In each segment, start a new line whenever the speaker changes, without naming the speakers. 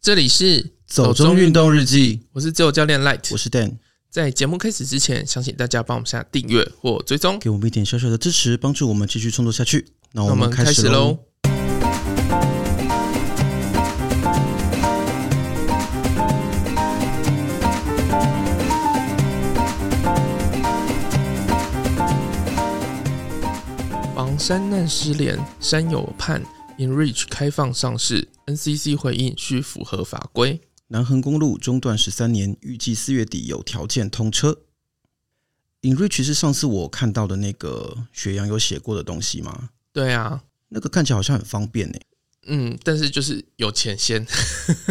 这里是
走中运，动日记，
我是自由教练 Light
我。是 Dan，
在节目开始之前，相信大家帮我们下订阅或追踪，
给我们一点小小的支持，帮助我们继续创作下去。
那
那我
我们
们
开
开
始
始
喽
喽。。
房山难失联，山友盼 Enrich 开放上市，NCC 回应需符合法规。
南横公路中断十三年，预计四月底有条件通车。Enrich 是上次我看到的那个雪阳有写过的东西吗？
对啊，
那个看起来好像很方便呢、
嗯，但是就是有钱先，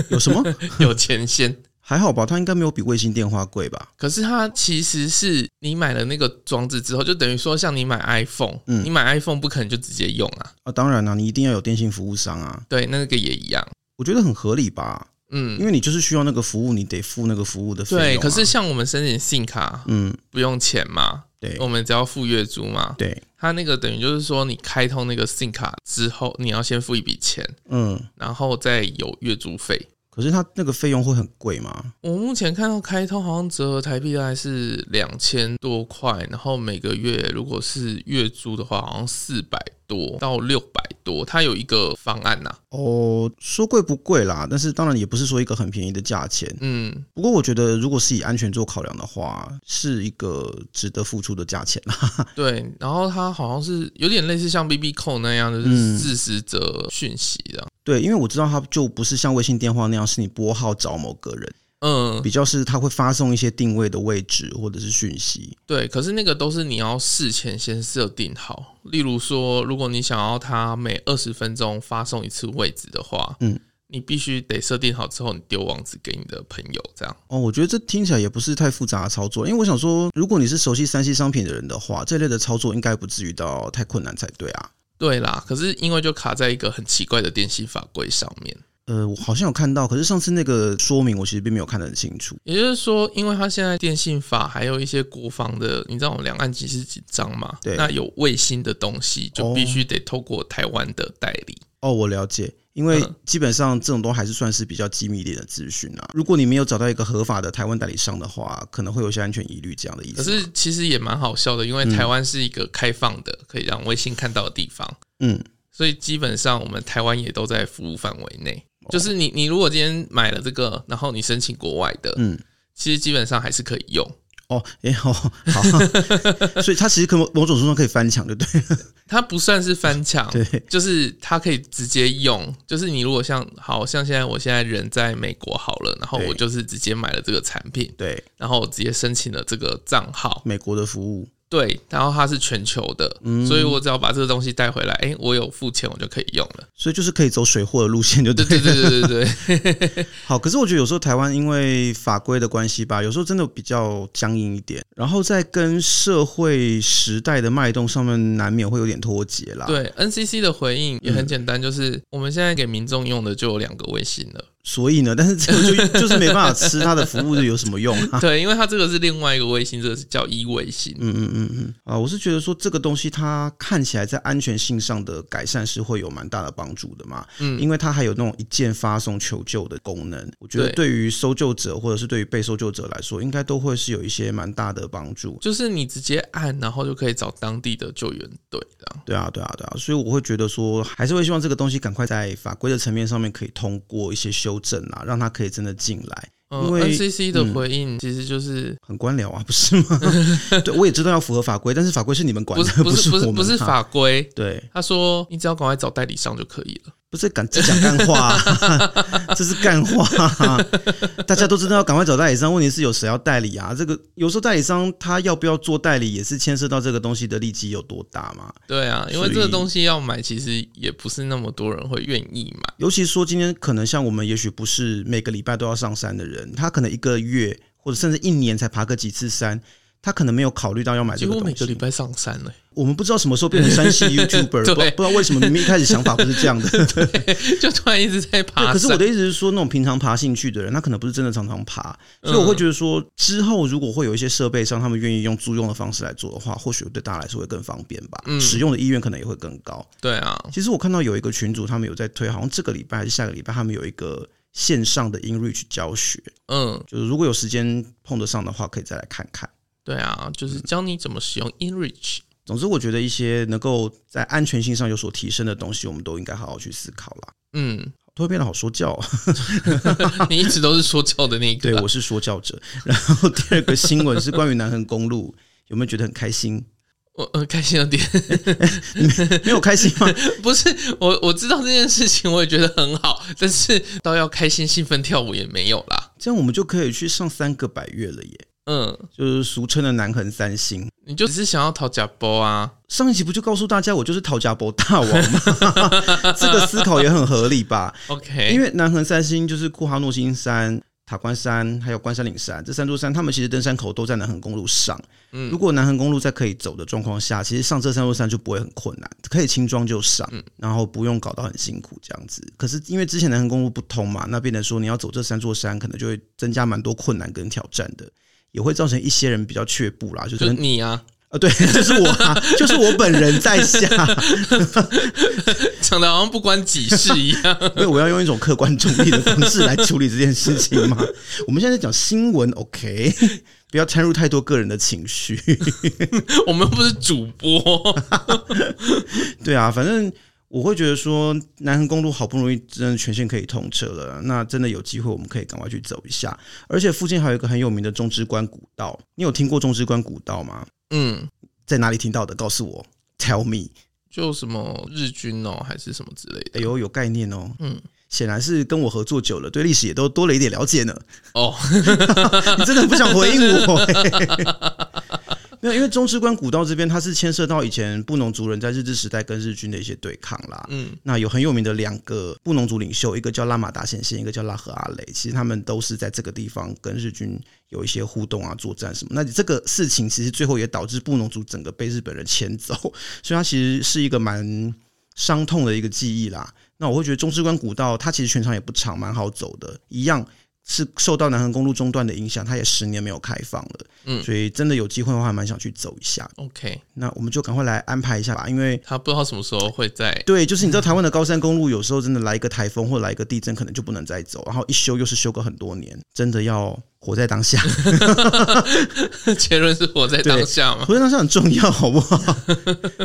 有 什么？
有钱先。
还好吧，它应该没有比卫星电话贵吧？
可是它其实是你买了那个装置之后，就等于说像你买 iPhone，、
嗯
你买 iPhone 不可能就直接用啊，
啊，当然啦、你一定要有电信服务商啊，
对，那个也一样。
我觉得很合理吧，
嗯，
因为你就是需要那个服务，你得付那个服务的费
对，
用啊、
可是像我们申请信卡
嗯，
不用钱嘛，
对
我们只要付月租嘛。
对，
它那个等于就是说，你开通那个信卡之后，你要先付一笔钱，
嗯，
然后再有月租费。
可是它那个费用会很贵吗？
我目前看到开通好像折合台币大概是两千多块，然后每个月如果是月租的话，好像四百多到六百多。它有一个方案呐、
哦，说贵不贵啦，但是当然也不是说一个很便宜的价钱。
嗯，
不过我觉得，如果是以安全做考量的话，是一个值得付出的价钱啊啦。
对。然后它好像是有点类似像 B B 扣那样的，就是
嗯
四十折讯息的。
对，因为我知道它就不是像微信电话那样，是你拨号找某个人，
嗯，
比较是它会发送一些定位的位置或者是讯息。
对，可是那个都是你要事前先设定好。例如说，如果你想要它每二十分钟发送一次位置的话，
嗯，
你必须得设定好之后，你丢网址给你的朋友，这样。
哦，我觉得这听起来也不是太复杂的操作，因为我想说，如果你是熟悉三 C 商品的人的话，这类的操作应该不至于到太困难才对啊。
对啦，可是因为就卡在一个很奇怪的电信法规上面，
呃，我好像有看到，可是上次那个说明我其实并没有看得很清楚。
也就是说，因为它现在电信法还有一些国防的，你知道我们两岸几是几章嘛？
对
那有卫星的东西就必须得透过台湾的代理。
哦，我了解，因为
嗯
基本上这种都还是算是比较机密一点的资讯啊。如果你没有找到一个合法的台湾代理商的话，可能会有一些安全疑虑这样的意思。
可，是其实也蛮好笑的，因为台湾是一个开放的，可以让卫星看到的地方。
嗯，
所以基本上我们台湾也都在服务范围内。
哦
就是你你如果今天买了这个，然后你申请国外的，
嗯，
其实基本上还是可以用。
哦，哎、哦，好，所以它其实可某某种程度上可以翻墙，对不对？
它不算是翻墙，
对，
就是它可以直接用。就是你如果像好像现在我现在人在美国好了，然后
对
我就是直接买了这个产品，
对，
然后我直接申请了这个账号，
美国的服务，
对，然后它是全球的，
嗯
所以我只要把这个东西带回来，诶，我有付钱我就可以用 了。
所以就是可以走水货的路线，就
对
对。
对对对对对，
好，可是我觉得有时候台湾因为法规的关系吧，有时候真的比较僵硬一点，然后在跟社会时代的脉动上面，难免会有点脱节啦。，
对 NCC 的回应也很简
嗯
单，就是我们现在给民众用的就有两个微信了。
所以呢，但是这 个就就是没办法吃它的服务，有什么用啊？
对，因为它这个是另外一个微信，这个是叫一微信。
嗯嗯嗯嗯，啊，我是觉得说这个东西它看起来在安全性上的改善是会有蛮大的帮助的嘛，
嗯
因为它还有那种一键发送求救的功能，我觉得对于搜救者或者是对于被搜救者来说，应该都会是有一些蛮大的帮助。
就是你直接按，然后就可以找当地的救援队这样。
对啊，对啊，对啊，所以我会觉得说，还是会希望这个东西赶快在法规的层面上面可以通过一些修正啊，让它可以真的进来。
嗯
因为
，NCC 的回应其实就是
很官僚啊， 不是吗？对，我也知道要符合法规，但是法规是你们管
不
的，
是不是不
我
是
们
不是
啊
法规，
对，
他说你只要赶快找代理商就可以了。
不是敢这讲干话、 这是干话、大家都知道要赶快找代理商，问题是有谁要代理啊？这个有时候代理商他要不要做代理，也是牵涉到这个东西的利基有多大嘛。
对啊，因为这个东西要买，其实也不是那么多人会愿意买。
尤其说今天可能像我们，也许不是每个礼拜都要上山的人，他可能一个月或者甚至一年才爬个几次山。他可能没有考虑到要买
几
这个
乎每
东
个礼
西，
拜上山了、
我们不知道什么时候变成山系 YouTuber，不知道不
对
知道为什么明明一开始想法不是这样的。
就突然一直在 爬
对，
山。
可是我的意思是说，那种平常爬兴趣的人，他可能不是真的常常爬，
嗯
所以我会觉得说，之后如果会有一些设备上他们愿意用租用的方式来做的话，或许对大家来说会更方便吧，
嗯
使用的意愿可能也会更高。
对啊，
其实我看到有一个群主，他们有在推，好像这个礼拜还是下个礼拜，他们有一个线上的 InReach 教学，
嗯，
就是如果有时间碰得上的话，可以再来看看。
对啊，
嗯
就是教你怎么使用 InReach。
总之，我觉得一些能够在安全性上有所提升的东西，我们都应该好好去思考啦。
嗯，
突然变得好说教、 哦，
你一直都是说教的那一个
对
啊。
我是说教者。然后第二个新闻是关于南横公路，有没有觉得很开心？
我呃开心了点，
没有开心吗？
不是我我知道这件事情，我也觉得很好，但是到要开心兴奋跳舞也没有啦。
这样我们就可以去上三个百月了耶，
嗯，
就是俗称的南横三星。
你就只是想要讨假包啊？
上一集不就告诉大家我就是讨价博大王吗？ 这个思考也很合理吧？
OK，
因
为
为南横三星就是库哈诺星山、塔关山还有关山岭山这三座山，他们其实登山口都在南横公路上。
嗯
如果南横公路在可以走的状况下，其实上这三座山就不会很困难，可以轻装就上，然后不用搞到很辛苦这样子。可是因为之前南横公路不通嘛，那变成说你要走这三座山，可能就会增加蛮多困难跟挑战的。也会造成一些人比较却步啦，就是可
就
能
你啊，
啊，对， 就是我、啊，就是我本人在下，
讲的好像不关己事一 样。
因为我要用一种客观中立的方式来处理这件事情嘛。 我们现在在讲新闻，OK，不要掺入太多个人的情绪。
我们又不是主播，
对啊，反正我会觉得说，南横公路好不容易真的全线可以通车了，那真的有机会我们可以赶快去走一下。而且附近还有一个很有名的中之关古道，你有听过中之关古道吗？
嗯，
在哪里听到的？告诉我，Tell me。
就什么日军哦，还是什么之类的。
哎呦，有概念哦。
嗯，
显然是跟我合作久了，对历史也都多了一点了解呢。
哦，
你真的很不想回应 我、没有，因为中之关古道这边，它是牵涉到以前布农族人在日治时代跟日军的一些对抗啦。
嗯
那有很有名的两个布农族领袖，一个叫拉玛达显现，一个叫拉赫阿雷。其实他们都是在这个地方跟日军有一些互动啊、作战什么。那这个事情其实最后也导致布农族整个被日本人迁走， 所以它其实是一个蛮伤痛的一个记忆啦。那我会觉得中之关古道它其实全长也不长，蛮好走的，一样是受到南横公路中断的影响，它也十年没有开放了。
嗯
所以真的有机会的话，还蛮想去走一下。
，OK，
那我们就赶快来安排一下吧，因为
他不知道什么时候会在。
对，就是你知道台湾的高山公路有时候真的来一个台风或来一个地震，可能就不能再走，然后一修又是修个很多年，真的要活在当下，
结论是活在当下嘛？
活在当下 很重要，好不好？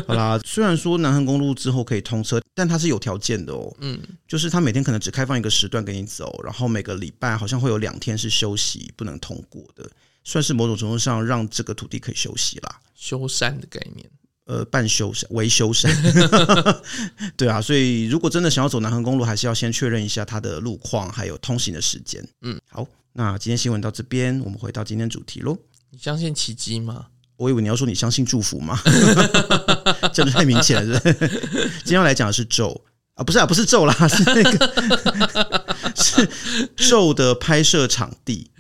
好啦，虽然说南横公路之后可以通车，但它是有条件的哦，
嗯，
就是它每天可能只开放一个时段给你走，然后每个礼拜好像会有两天是休息不能通过的，算是某种程度上让这个土地可以休息啦。
修缮的概念。
呃半修山、维修山， 对啊，所以如果真的想要走南横公路，还是要先确认一下它的路况，还有通行的时间。
嗯，
好，那今天新闻到这边，我们回到今天主题喽。
你相信奇迹吗？
我以为你要说你相信祝福嘛，这样就太明显了是不是。今天要来讲的是咒啊，不是啊，不是咒啦， 是那个 是咒的拍摄场地。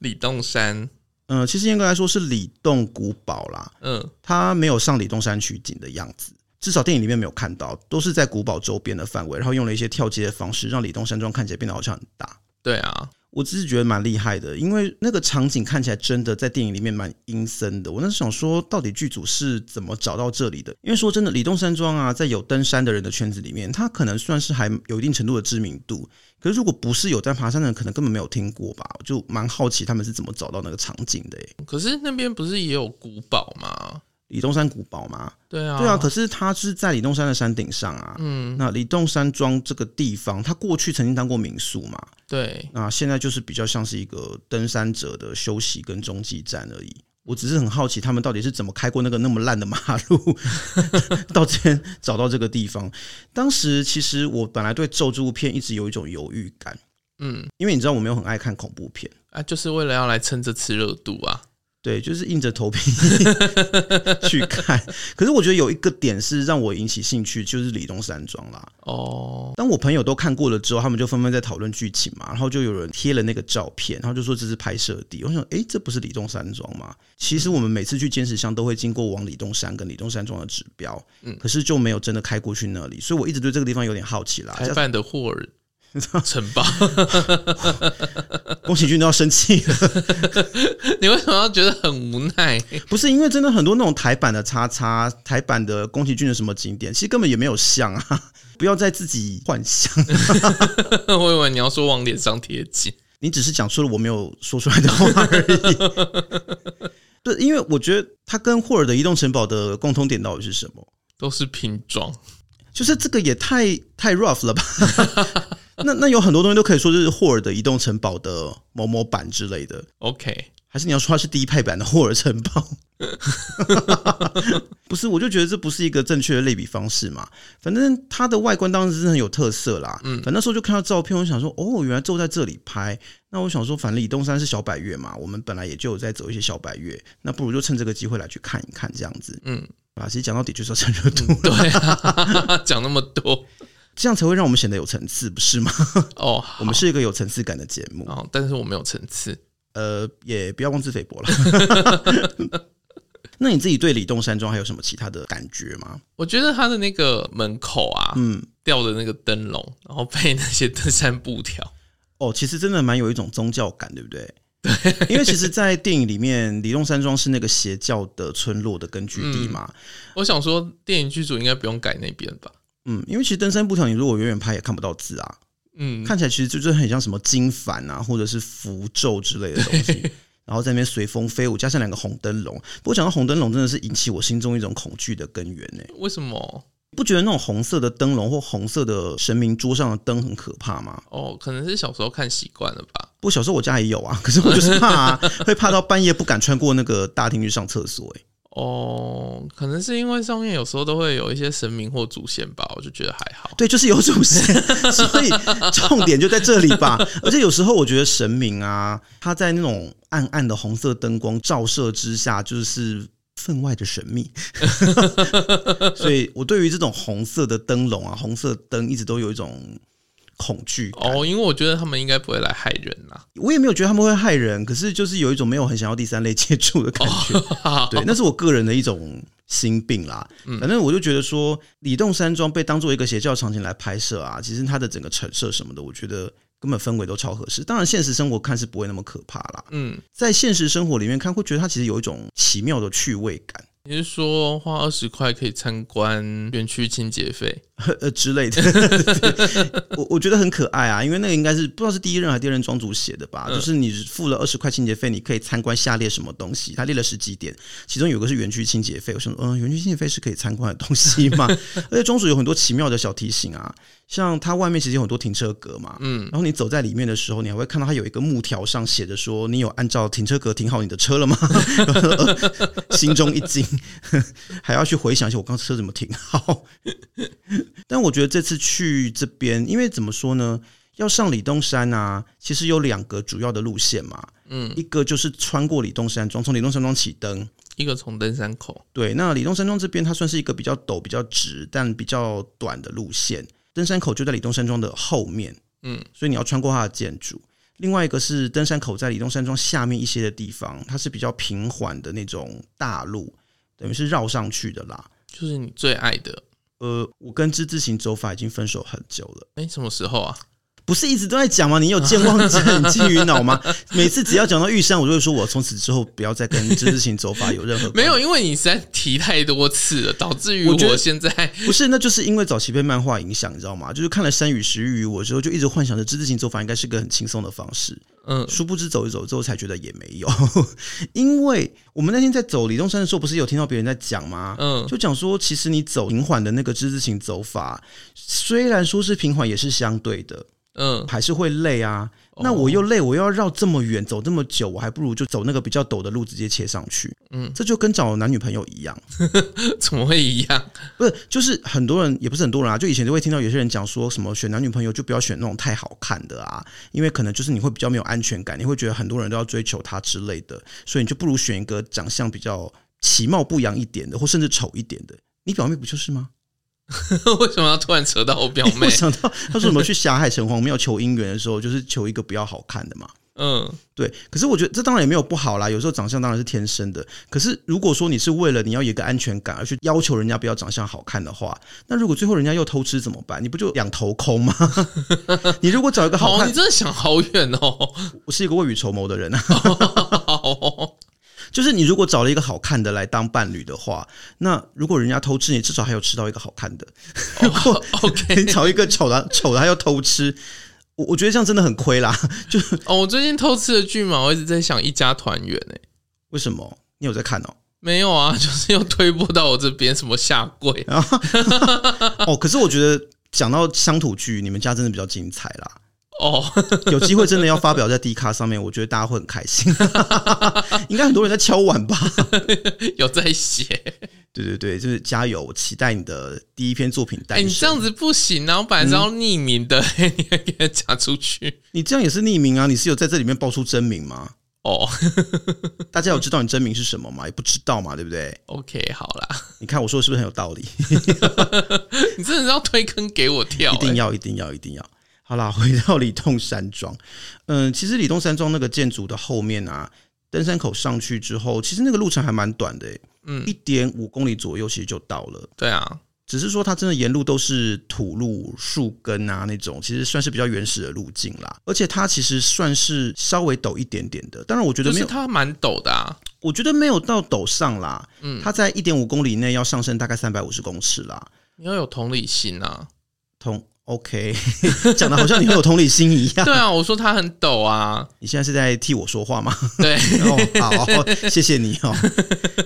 李洞山，
嗯、其实严格来说是里洞古堡啦，
嗯
它没有上李洞山取景的样子，至少电影里面没有看到，都是在古堡周边的范围，然后用了一些跳接的方式，让李洞山庄看起来变得好像很大。，
对啊，
我只是觉得蛮厉害的，因为那个场景看起来真的在电影里面蛮阴森的。我那时想说，到底剧组是怎么找到这里的？因为说真的，李洞山庄啊，在有登山的人的圈子里面，它可能算是还有一定程度的知名度。可是如果不是有在爬山的人，可能根本没有听过吧。我就蛮好奇他们是怎么找到那个场景的、欸。
可是那边不是也有古堡吗？
李洞山古堡嘛，
对啊，
对啊，可是它是在李洞山的山顶上啊。
嗯，
那李洞山庄这个地方，它过去曾经当过民宿嘛，
对，
那现在就是比较像是一个登山者的休息跟中继站而已。我只是很好奇，他们到底是怎么开过那个那么烂的马路， 到这边找到这个地方。当时其实我本来对咒这部片一直有一种犹豫感，
嗯
因为你知道我没有很爱看恐怖片，
啊，就是为了要来蹭这次热度啊。
对，就是硬着头皮 去看。可是我觉得有一个点是让我引起兴趣，就是李东山庄啦。
哦，
当我朋友都看过了之后，他们就纷纷在讨论剧情嘛，然后就有人贴了那个照片，然后就说这是拍摄地。我想，诶，这不是李洞山庄吗？其实我们每次去尖石乡都会经过往李洞山跟李洞山庄的指标，
嗯
啊可是就没有真的开过去那里，所以我一直对这个地方有点好奇啦。
台
加
办的霍尔城堡，
宫崎骏都要生气 了。
你为什么要觉得很无奈？
不是因为真的很多那种台版的叉叉，台版的宫崎骏的什么景点，其实根本也没有像啊！不要再自己幻想，
我以为你要说往脸上贴金。
你只是讲出了我没有说出来的话而已。对，因为我觉得它跟霍尔的移动城堡的共通点到底是什么？
都是拼装，
就是这个也太太 rough 了吧？ 那那有很多东西都可以说是霍尔的移动城堡的某某版之类的，
OK，
还是你要说它是第一派版的霍尔城堡？ 不是，我就觉得这不是一个正确的类比方式嘛。反正它的外观当然是很有特色啦。嗯，反正那时候就看到照片，我想说，哦，原来就在这里拍。那我想说，反正李东山是小百越嘛，我们本来也就有在走一些小百越，那不如就趁这个机会来去看一看这样子。
嗯，
啊，其实讲到底就是要趁热度，
对啊， 讲那么多
这样才会让我们显得有层次，不是吗？
哦，
我们是一个有层次感的节目。
好，但是我没有层次。
呃，也不要妄自菲薄了。 那你自己对李洞山庄还有什么其他的感觉吗？
我觉得他的那个门口啊，
嗯，
吊的那个灯笼，然后配那些登山布条，
哦，其实真的蛮有一种宗教感，对不 对？对，因为其实，在电影里面，李洞山庄是那个邪教的村落的根据地嘛。
我想说电影剧组应该不用改那边吧？
嗯因为其实登山步条，你如果远远拍也看不到字啊，
嗯，
看起来其实就是很像什么经幡啊，或者是符咒之类的东 西。然后在那边随风飞舞，加上两个红灯笼。不过讲到红灯笼，真的是引起我心中一种恐惧的根源呢、
为什么？
不觉得那种红色的灯笼或红色的神明桌上的灯很可怕吗？
哦，可能是小时候看习惯了吧。
不，小时候我家也有啊，可是我就是怕、啊，会怕到半夜不敢穿过那个大厅去上厕所、欸。
哦，可能是因为上面有时候都会有一些神明或祖先吧，我就觉得还好。
对，就是有主线， 所以重点就在这里吧。而且有时候我觉得神明啊，他在那种暗暗的红色灯光照射之下，就是。分外的神秘， 所以我对于这种红色的灯笼啊，红色灯一直都有一种恐惧感。
哦，因为我觉得他们应该不会来害人啊啦、
我也没有觉得他们会害人，可是就是有一种没有很想要第三类接触的感觉。对，那是我个人的一种心病啦。反正我就觉得说，李洞山庄被当做一个邪教场景来拍摄啊，其实它的整个陈设什么的，我觉得根本氛围都超合适。当然，现实生活看是不会那么可怕啦，
嗯，
在现实生活里面看，会觉得它其实有一种奇妙的趣味感。
你是说花二十块可以参观园区清洁费？
呃之类的，对我我觉得很可爱啊，因为那个应该是不知道是第一任还是第二任庄主写的吧，就是你付了二十块清洁费，你可以参观下列什么东西，他列了十几点，其中有个是园区清洁费，我想说，嗯，园区清洁费是可以参观的东西嘛，而且庄主有很多奇妙的小提醒啊，像它外面其实有很多停车格嘛，嗯，然后你走在里面的时候，你还会看到它有一个木条上写着说，你有按照停车格停好你的车了吗？ 心中一惊，还要去回想一下我刚车怎么停好。但我觉得这次去这边，因为怎么说呢，要上李东山啊，其实有两个主要的路线嘛。嗯，一个就是穿过李东山庄，从李东山庄起登。
一个从登山口，
对，那李东山庄这边它算是一个比较陡、比较直，但比较短的路线。登山口就在李东山庄的后面，
嗯，
所以你要穿过它的建筑。另外一个是登山口在李东山庄下面一些的地方，它是比较平缓的那种大路，等于是绕上去的啦。
就是你最爱的。
呃，我跟之字形走法已经分手很久了。
哎、什么时候啊？
不是一直都在讲吗？你有健忘症、金鱼脑 吗？每次只要讲到玉山，我就会说，我从此之后不要再跟知识型走法有任何
没有，因为你实在提太多次了，导致于
我觉得
我现在
不是，那就是因为早期被漫画影响，你知道吗？就是看了《山与食欲与我》之后，就一直幻想着知识型走法应该是个很轻松的方式。
嗯
殊不知走一走之后才觉得也没有， 因为我们那天在走李东山的时候，不是有听到别人在讲吗？
嗯
就讲说，其实你走平缓的那个之字形走法，虽然说是平缓，也是相对的，
嗯
还是会累啊。
哦
那我又累，我又要绕这么远，走这么久，我还不如就走那个比较陡的路，直接切上去。
嗯，
这就跟找男女朋友一样，
怎么会一样？
不是，就是很多人也不是很多人啊，就以前就会听到有些人讲说什么选男女朋友就不要选那种太好看的啊，因为可能就是你会比较没有安全感，你会觉得很多人都要追求他之类的，所以你就不如选一个长相比较其貌不扬一点的，或甚至丑一点的。你表妹不就是吗？
为什么要突然扯到我表
因为
妹
我？想到他说什么去霞海城隍庙求姻缘的时候，就是求一个不要好看的嘛。
嗯，
对，可是我觉得这当然也没有不好啦，有时候长相当然是天生的。可是如果说你是为了你要有一个安全感而去要求人家不要长相好看的话，那如果最后人家又偷吃怎么办？你不就两头空吗？ 你如果找一个好
好，
看
你，真的想好远哦，
我是一个未雨绸缪的人啊，
好哦
就是你如果找了一个好看的来当伴侣的话，那如果人家偷吃你，至少还有吃到一个好看的。 如果你
哦 OK，
找一个丑的，丑的还要偷吃，我我觉得这样真的很亏啦。
哦，我最近偷吃的剧嘛，我一直在想一家团圆哎，
为什么？你有在看哦？
没有啊， 就是又推播到我这边什么下跪，
哦，可是我觉得讲到乡土剧，你们家真的比较精彩啦。
哦，
有机会真的要发表在 D 卡上面，我觉得大家会很开心。 应该很多人在敲碗吧？
有在写，
对对对，就是加油！我期待你的第一篇作品
哎、
诞
你这
生。
样子不行啊，我本来是要匿名的， 嘿你还给他讲出去，
你这样也是匿名啊？你是有在这里面爆出真名吗？
哦
大家有知道你真名是什么吗？也不知道嘛，对不对？
，OK，好啦，
你看我说的是不是很有道理？
你真的是要推坑给我跳、欸
一定
要，
要，一定要，一定要。好啦，回到李洞山庄，嗯，其实李洞山庄那个建筑的后面啊，登山口上去之后，其实那个路程还蛮短的、欸，
嗯
一点五公里左右，其实就到了。
对啊，
只是说它真的沿路都是土路、树根啊那种，其实算是比较原始的路径啦。而且它其实算是稍微陡一点点的，当然我觉得
就是
没有，
他蛮陡的啊，
我觉得没有到陡上啦。
嗯
它在一点五公里内要上升大概三百五十公尺啦。
你要有同理心啊，
同 OK，讲的好像你很有同理心一样。
对啊，我说他很陡啊，
你现在是在替我说话吗？
对，
哦，好，谢谢你哦。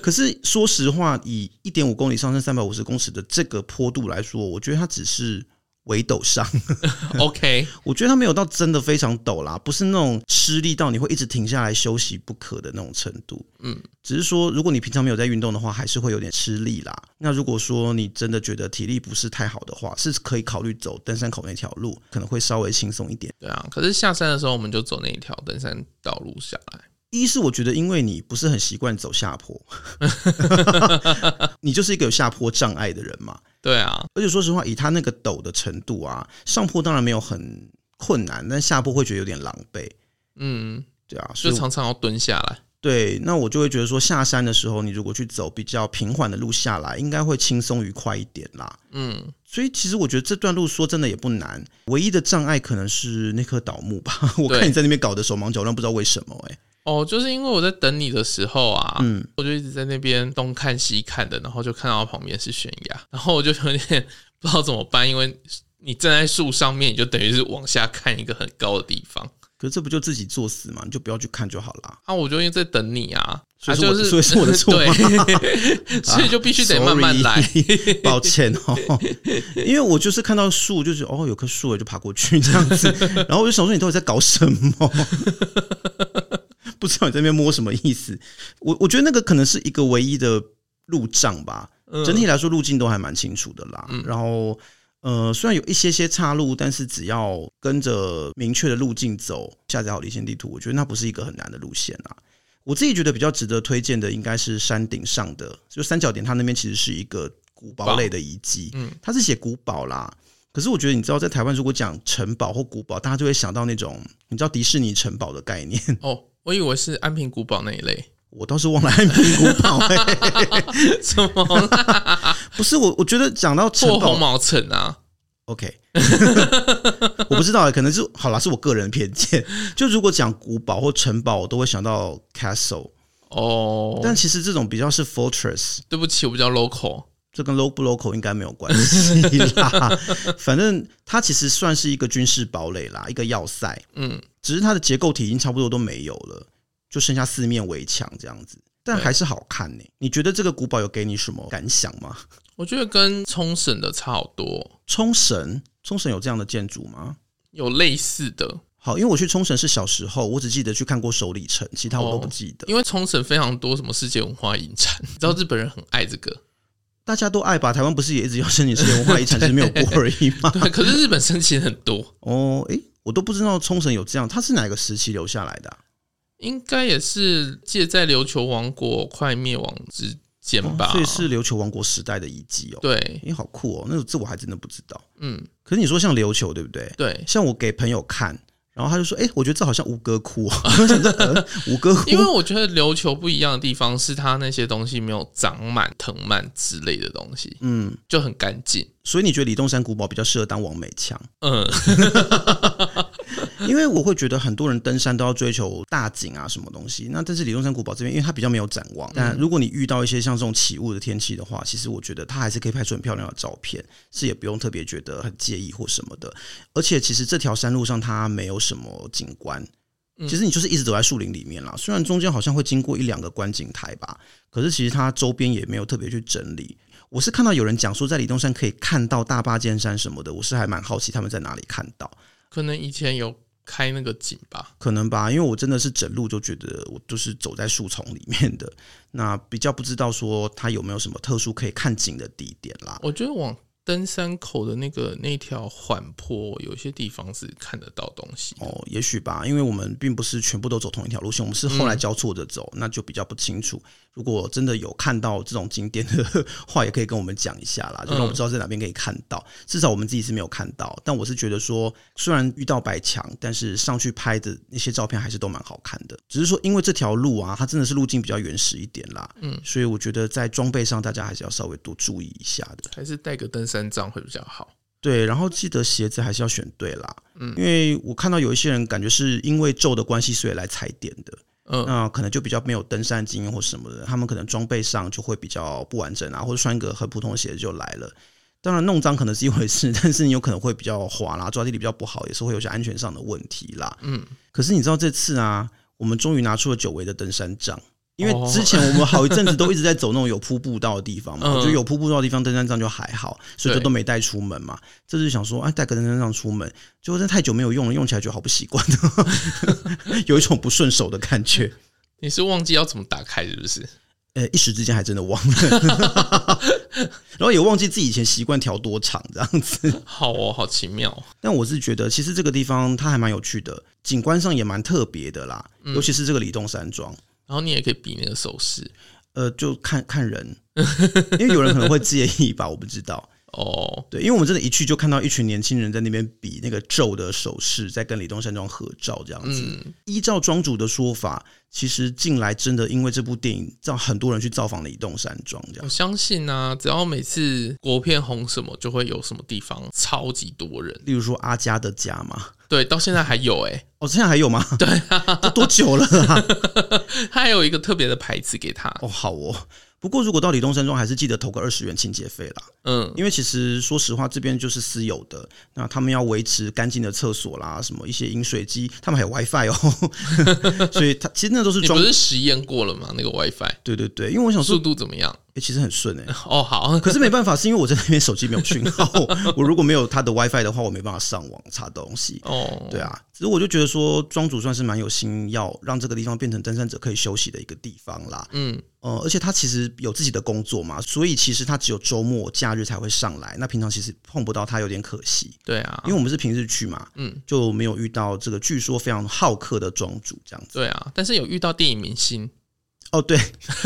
可是说实话，以一点五公里上升三百五十公尺的这个坡度来说，我觉得它只是微陡上。
OK，
我觉得它没有到真的非常陡啦，不是那种吃力到你会一直停下来休息不可的那种程度。
嗯，
只是说如果你平常没有在运动的话，还是会有点吃力啦。那如果说你真的觉得体力不是太好的话，是可以考虑走登山口那条路，可能会稍微轻松一点。
对啊，可是下山的时候我们就走那一条登山道路下来，
一是我觉得，因为你不是很习惯走下 坡，你就是一个有下坡障碍的人嘛。
对啊，
而且说实话，以他那个陡的程度啊，上坡当然没有很困难，但下坡会觉得有点狼狈，
嗯，
对啊，所
就
以
常常要蹲下来，
对，那我就会觉得说，下山的时候，你如果去走比较平缓的路下来，应该会轻松愉快一点啦。
嗯。
所以其实我觉得这段路说真的也不难，唯一的障碍可能是那棵倒木吧。 我看
对
你在那边搞得手忙脚乱，不知道为什么哎、
哦，就是因为我在等你的时候啊，
嗯
我就一直在那边东看西看的，然后就看到旁边是悬崖， 然后我就有点不知道怎么办，因为你站在树上面，你就等于是往下看一个很高的地方
可是这不就自己作死嘛？你就不要去看就好啦。
啊，我就因为在等你啊，
所以
啊
是我
就
的
是
所以 是我的错吗
对， 所以就必须得慢慢 来，
抱歉哦，因为我就是看到树，就是哦有棵树，我就爬过去这样子， 然后我就想说你到底在搞什么？ 不知道你在那边摸什么意思？我我觉得那个可能是一个唯一的路障吧，
嗯
整体来说路径都还蛮清楚的啦。然后呃，虽然有一些些岔路，但是只要跟着明确的路径走，下载好离线地图，我觉得那不是一个很难的路线啊。我自己觉得比较值得推荐的应该是山顶上的，就三角点，它那边其实是一个古堡类的遗迹，
嗯
它是写古堡啦。可是我觉得，你知道，在台湾如果讲城堡或古堡，大家就会想到那种你知道迪士尼城堡的概念。
哦。我以为是安平古堡那一类，
我倒是忘了安平古 堡、欸，
什么啦
不是我，我觉得讲到城
破
堡
红毛城啊，
OK，我不知道欸，可能是好啦，是我个人偏见。就如果讲古堡或城堡，我都会想到 castle，
哦，
但其实这种比较是 fortress，
对不起，我比较 local，
这跟 low 不 local 应该没有关系啦。反正它其实算是一个军事堡垒啦，一个要塞，
嗯，
只是它的结构体已经差不多都没有了，就剩下四面围墙这样子。但还是好看呢、你觉得这个古堡有给你什么感想吗？
我觉得跟冲绳的差好多，
冲绳，冲绳有这样的建筑吗？
有类似的，
好，因为我去冲绳是小时候，我只记得去看过首里城，其他我都
哦
不记得。
因为冲绳非常多什么世界文化遗产， 你知道日本人很爱这个，
大家都爱吧？台湾不是也一直要申请世界文化遗产，只是没有过而已 吗？
对，可是日本申请很多，
哦，诶，我都不知道冲绳有这样，它是哪个时期留下来的啊、
应该也是借在琉球王国快灭亡之间
哦
吧，
所以是琉球王国时代的遗迹哦。，
对，
诶，好酷哦，那这我还真的不知道。
嗯，
可是你说像琉球对不对？
对，
像我给朋友看，然后他就说：“哎、我觉得这好像吴哥窟、哦。” 我想说呃吴哥窟
因为我觉得琉球不一样的地方是它那些东西没有长满、藤蔓之类的东西，
嗯，
就很干净。
所以你觉得李洞山古堡比较适合当王美强？
嗯，
因为我会觉得很多人登山都要追求大景啊，什么东西。那但是李洞山古堡这边，因为它比较没有展
嗯
望，但如果你遇到一些像这种起雾的天气的话，其实我觉得它还是可以拍出很漂亮的照片，是也不用特别觉得很介意或什么的。而且其实这条山路上它没有什么景观，
嗯
其实你就是一直走在树林里面啦。虽然中间好像会经过一两个观景台吧，可是其实它周边也没有特别去整理。我是看到有人讲说，在李洞山可以看到大巴尖山什么的，我是还蛮好奇他们在哪里看到。
可能以前有开那个景吧。
可能吧，因为我真的是整路就觉得我就是走在树丛里面的，那比较不知道说它有没有什么特殊可以看景的地点啦。
我觉得往登山口的那个那条缓坡，有些地方是看得到东西的。
哦，也许吧，因为我们并不是全部都走同一条路线，我们是后来交错着走，那就比较不清楚。如果真的有看到这种景点的 话，也可以跟我们讲一下啦，就让我们知道在哪边可以看到。至少我们自己是没有看到，但我是觉得说，虽然遇到白墙，但是上去拍的那些照片还是都蛮好看的。只是说，因为这条路啊，它真的是路径比较原始一点啦，嗯，所以我觉得在装备上大家还是要稍微多注意一下的。
还是带个登山杖会比较好。
对，然后记得鞋子还是要选对啦，
嗯
因为我看到有一些人感觉是因为皱的关系，所以来踩点的，
嗯，
那可能就比较没有登山经验或什么的，他们可能装备上就会比较不完整啊，或者穿个很普通的鞋子就来了。当然弄脏可能是一回事， 但是你有可能会比较滑啦，抓地力比较不好，也是会有一些安全上的问题啦。
嗯，
可是你知道这次啊，我们终于拿出了久违的登山杖。因
哦
为之前我们好一阵子都一直在走那种有瀑布道的 地方嘛，
嗯
我觉得有瀑布道的地方登山杖就还好，所以就
对
都没带出门嘛。这次想说，哎，带个登山杖出门，结果真的太久没有用了，用起来觉得好不习 惯，有一种不顺手的感觉。
你是忘记要怎么打开是不是？
呃，一时之间还真的忘了， 然后也忘记自己以前习惯调多长这样子。
好哦，好奇妙哦。
但我是觉得，其实这个地方它还蛮有趣的，景观上也蛮特别的啦，
嗯
尤其是这个李洞山庄。
然后你也可以比那个手势
呃，就看看人，因为有人可能会介意吧，我不知道。
哦。
对，因为我们真的，一去就看到一群年轻人在那边比那个咒的手势，在跟李东山庄合照这样子。
嗯，
依照庄主的说法，其实近来真的因为这部电影，让很多人去造访李东山庄这样
我。相信啊，只要每次国片红什么，就会有什么地方超级多人。
例如说阿家的家嘛，
对，到现在还有哎、
哦，现在还有吗？对、这多久了啊？
它还有一个特别的牌子给他。
哦，好哦。不过如果到李东山庄，还是记得投个二十元清洁费啦。
嗯，
因为其实说实话，这边就是私有的，那他们要维持干净的厕所啦，什么一些饮水机，他们还有 WiFi 哦， 所以他其实那都是
你不
装。哦
是实验过了吗？那个 WiFi
对对对，因为我想说
速，度怎么样？
诶其实很顺哎、
哦，好，
可是没办法，是因为我在那边手机没有讯号， 我如果没有他的 WiFi 的话，我没办法上网查东西。
哦，
对啊，只是我就觉得说，庄主算是蛮有心，要让这个地方变成登山者可以休息的一个地方啦。
嗯，
呃，而且他其实有自己的工作嘛，所以其实他只有周末、假日才会上来，那平常其实碰不到他有点可惜。
对啊
因为，我们是平日去嘛，
嗯
嗯，就没有遇到这个据说非常好客的庄主这样子。
对啊，但是有遇到电影明星，
哦，对，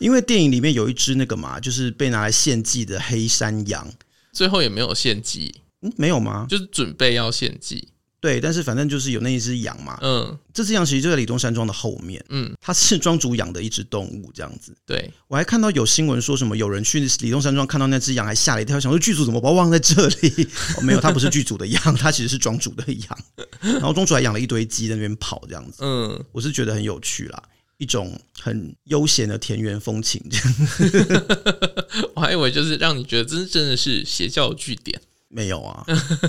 因为电影里面有一只那个嘛，就是被拿来献祭的黑山羊，
最后也没有献祭，
嗯，没有吗？
就是准备要献祭。
对，但是反正就是有那一只羊嘛，
嗯
这只羊其实就在李东山庄的后面，
嗯，
它是庄主养的一只动物这样子。
对，
我还看到有新闻说什么有人去李东山庄看到那只羊，还吓了一跳，想说剧组怎么把我忘在这里？哦、没有，它不是剧组的羊，它其实是庄主的羊。然后庄主还养了一堆鸡在那边跑这样子。
嗯，
我是觉得很有趣啦，一种很悠闲的田园风情。
我还以为就是让你觉得真真的是邪教据点。
没有啊，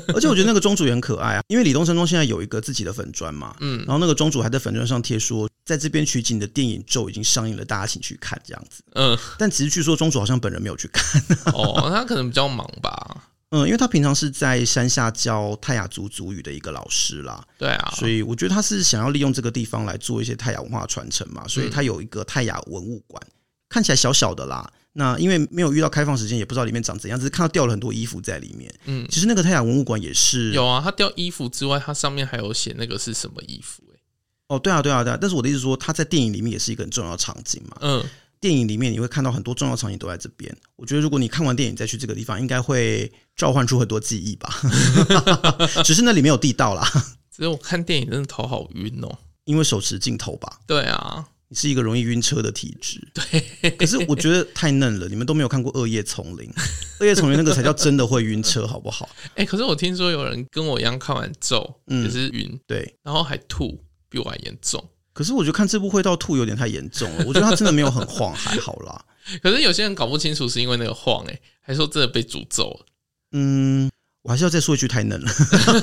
而且我觉得那个庄主也很可爱啊，因为李东山庄现在有一个自己的粉砖嘛，嗯，然后那个庄主还在粉砖上贴说，在这边取景的电影《咒》已经上映了，大家请去看这样子。
嗯，
但其实据说庄主好像本人没有去看，
哦，他可能比较忙吧。
嗯，因为他平常是在山下教泰雅族族语的一个老师啦，
对啊，
所以我觉得他是想要利用这个地方来做一些泰雅文化传承嘛，所以他有一个泰雅文物馆，看起来小小的啦。那因为没有遇到开放时间，也不知道里面长怎样，只是看到掉了很多衣服在里面。
嗯
嗯，其实那个泰雅文物馆也是
有啊，他掉衣服之外，他上面还有写那个是什么衣服、欸。
哦，对啊，对啊，对啊。但是我的意思是说，它在电影里面也是一个很重要的场景嘛。
嗯，
电影里面你会看到很多重要场景都在这边。我觉得如果你看完电影再去这个地方，应该会召唤出很多记忆吧。 只是那里没有地道啦，
只是我看电影真的头好晕哦。
因为手持镜头吧，
对啊，
你是一个容易晕车的体质。对，可是我觉得太嫩了，你们都没有看过《恶夜丛林》，《恶夜丛林》那个才叫真的会晕车，好不好？
哎、可是我听说有人跟我一样看完咒
嗯
也是晕，
对。
然后还吐，比我还严重。
可是我觉得看这部会到吐有点太严重了，我觉得他真的没有很晃，还好啦。
可是有些人搞不清楚是因为那个晃、哎，还说真的被诅咒了。
嗯，我还是要再说一句，太嫩了。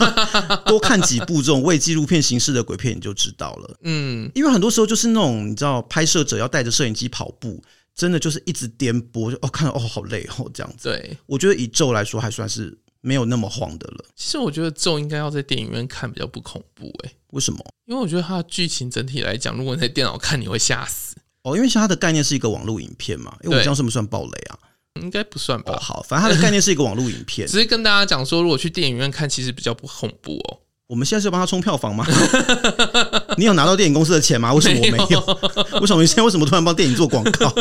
多看几部这种为纪录片形式的鬼片，你就知道了。
嗯，
因为很多时候就是那种你知道，拍摄者要带着摄影机跑步，真的就是一直颠簸，就哦看到哦好累哦这样子。
对。
我觉得以咒来说，还算是没有那么晃的了。
其实我觉得咒应该要在电影院看比较不恐怖、哎，
为什么？
因为我觉得它的剧情整体来讲，如果你在电脑看，你会吓死。
哦，因为像它的概念是一个网络影片嘛，因为我
对
这样算不算暴雷啊？
应该不算吧？
哦，好，反正它的概念是一个网络影片。
只是跟大家讲说，如果去电影院看，其实比较不恐怖哦。
我们现在是要帮他冲票房吗？ 你有拿到电影公司的钱吗？为什么我没有？ 为什么你现在为什么突然帮电影做广告？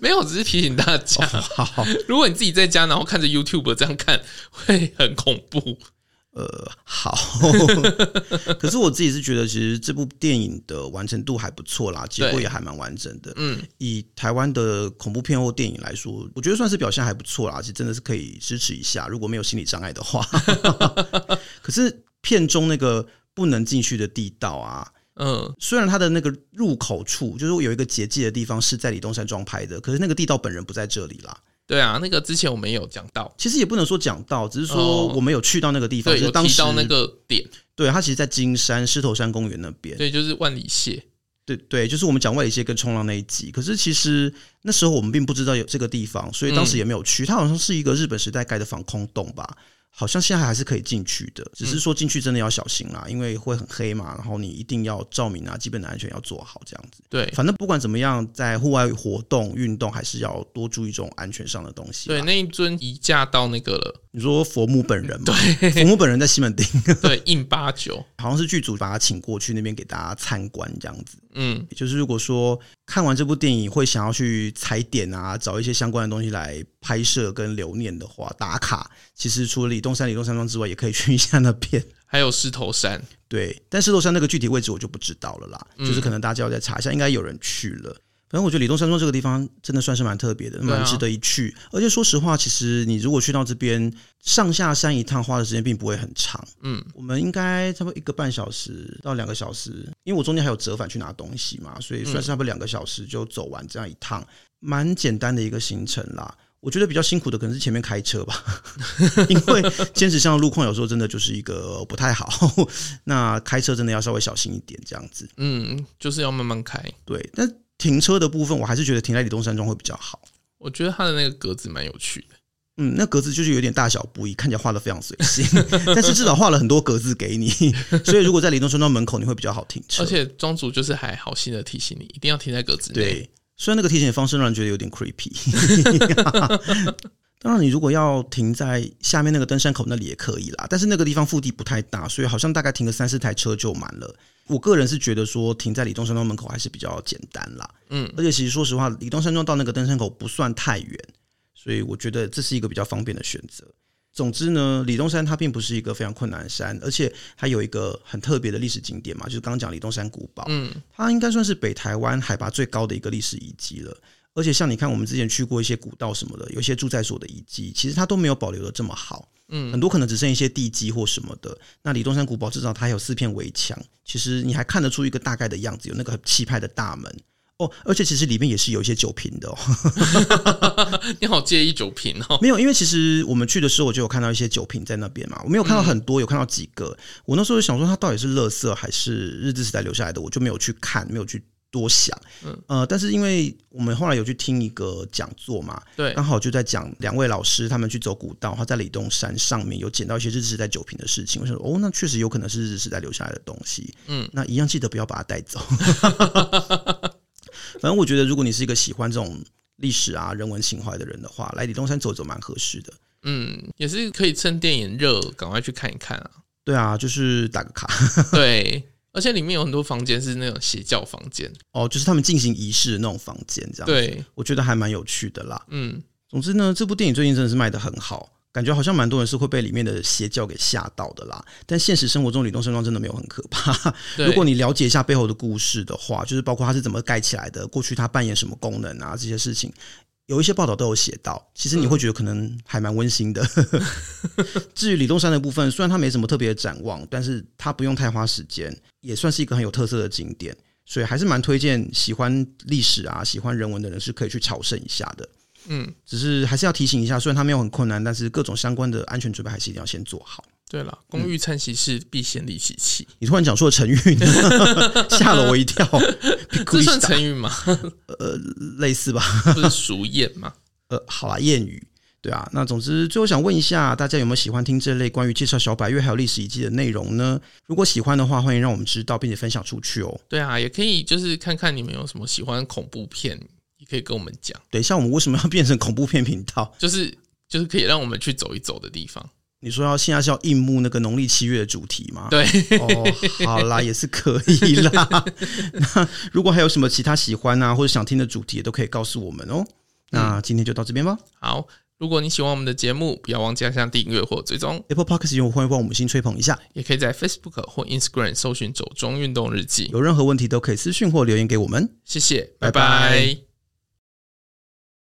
没有，只是提醒大家，
哦好，
如果你自己在家，然后看着 YouTube 这样看，会很恐怖。
呃，好。 可是我自己是觉得，其实这部电影的完成度还不错啦，结果
对
也还蛮完整的。
嗯，
以台湾的恐怖片或电影来说，我觉得算是表现还不错啦，其实真的是可以支持一下。如果没有心理障碍 的话，可是片中那个不能进去的地道啊，
嗯，
虽然它的那个入口处就是有一个结界的地方是在李东山庄拍的，可是那个地道本人不在这里啦。
对啊，那个之前我们也有讲到，
其实也不能说讲到，只是说
哦
我们有去到那个地方，
对，
就
有
是当
提
时
到那个点，
对，它其实在金山狮头山公园那边。
对，就是万里蟹。
对对，就是我们讲外里蟹跟冲浪那一集。可是其实那时候我们并不知道有这个地方，所以当
嗯
时也没有去。它好像是一个日本时代盖的防空洞吧，好像现在还是可以进去的，
嗯
只是说进去真的要小心啦，因为会很黑嘛，然后你一定要照明啊，基本的安全要做好这样子。
对，
反正不管怎么样，在户外活动、运动还是要多注意这种安全上的东西。啊
对，，那一尊移驾到那个 了，
你说佛母本人嘛，佛母本人在西门町，
对，印八九，
好像是剧组把他请过去那边给大家参观这样子。
嗯，
就是如果说看完这部电影会想要去踩点啊，找一些相关的东西来拍摄跟留念的话，打卡，其实除了李洞山、李洞山庄之外，也可以去一下那边。
还有狮头山，
对，但石头山那个具体位置我就不知道了啦，
嗯
就是可能大家要再查一下，应该有人去了。反正我觉得李东山庄这个地方真的算是蛮特别的，
对啊
蛮值得一去。而且说实话，其实你如果去到这边上下山一趟，花的时间并不会很长。
嗯，
我们应该差不多一个半小时到两个小时，因为我中间还有折返去拿东西嘛，所以算是差不多两个小时就走完这样一趟，蛮简单的一个行程啦。我觉得比较辛苦的可能是前面开车吧，因为坚持上的路况有时候真的就是一个不太好， 那开车真的要稍微小心一点这样子。
嗯，就是要慢慢开。
对，但停车的部分我还是觉得停在李东山庄会比较好。
我觉得它的那个格子蛮有趣的，
嗯，那格子就是有点大小不一，看起来画的非常随性，但是至少画了很多格子给你， 所以如果在李东山庄门口，你会比较好停车。
而且庄主就是还好心的提醒你，一定要停在格子内。
对，虽然那个提醒的方式让人觉得有点 creepy。当然，你如果要停在下面那个登山口那里也可以啦，但是那个地方腹地不太大，所以好像大概停个三四台车就满了。我个人是觉得说停在李东山庄门口还是比较简单啦，
嗯，
而且其实说实话，李东山庄到那个登山口不算太远，所以我觉得这是一个比较方便的选择。总之呢，李东山它并不是一个非常困难的山，而且它有一个很特别的历史景点嘛，就是刚刚讲李东山古堡。
嗯，
它应该算是北台湾海拔最高的一个历史遗迹了。而且像你看，我们之前去过一些古道什么的，有一些住宅所的遗迹，其实它都没有保留的这么好。
嗯，
很多可能只剩一些地基或什么的。那李东山古堡至少它还有四片围墙，其实你还看得出一个大概的样子，有那个很气派的大门哦。而且其实里面也是有一些酒瓶的哦。
你好介意酒瓶哦，
没有，因为其实我们去的时候，我就有看到一些酒瓶在那边嘛，我没有看到很多，有看到几个。我那时候就想说，它到底是垃圾还是日治时代留下来的，我就没有去看，没有去多想。
嗯
呃，但是因为我们后来有去听一个讲座嘛，
对
刚，好就在讲两位老师他们去走古道，他在李东山上面有捡到一些日治时代酒瓶的事情。我想说，哦，那确实有可能是日治时代留下来的东西。
嗯，
那一样记得不要把它带走。反正我觉得，如果你是一个喜欢这种历史啊、人文情怀的人的话，来李东山走走蛮合适的。
嗯，也 是可以趁电影热赶快去看一看啊。
对啊，就是打个卡。
对，而且里面有很多房间是那种邪教房间。
哦，就是他们进行仪式的那种房间这样。，
对，
我觉得还蛮有趣的啦。
嗯，
总之呢，这部电影最近真的是卖得很好，感觉好像蛮多人是会被里面的邪教给吓到的啦。但现实生活中，吕洞圣庄真的没有很可怕。
对
如果你了解一下背后的故事的话，就是包括它是怎么盖起来的，过去它扮演什么功能啊，这些事情。有一些报道都有写到，其实你会觉得可能还蛮温馨的。至于李东山的部分，虽然它没什么特别的展望，但是它不用太花时间，也算是一个很有特色的景点，所以还是蛮推荐喜欢历史啊、喜欢人文的人是可以去朝圣一下的。
嗯，
只是还是要提醒一下，虽然它没有很困难，但是各种相关的安全准备还是一定要先做好。
对了，公寓参其事，必先利其器，
你突然讲出了成语， 吓了我一跳。嗯
这算成语吗？
呃类似吧？
不是俗谚吗？
呃，好啦，谚语。对啊，那总之最后想问一下，大家有没有喜欢听这类关于介绍小百越还有历史遗迹的内容呢？如果喜欢的话，欢迎让我们知道，并且分享出去哦。
对啊，也可以就是看看你们有什么喜欢恐怖片，也可以跟我们讲，
等一下，我们为什么要变成恐怖片频道？
就是就是可以让我们去走一走的地方。
你说要现在是要应募那个农历七月的主题吗？
对，
哦，好啦，也是可以啦。那如果还有什么其他喜欢啊，或者想听的主题，也都可以告诉我们哦。那今天就到这边吧。
好，如果你喜欢我们的节目，不要忘记按下订阅或追踪，
Apple Podcast 用户欢迎帮我们新吹捧一下，
也可以在 Facebook 或 Instagram 搜寻“走中运动日记
有任何问题都可以私讯或留言给我们。”。
谢谢，
拜
拜
拜
拜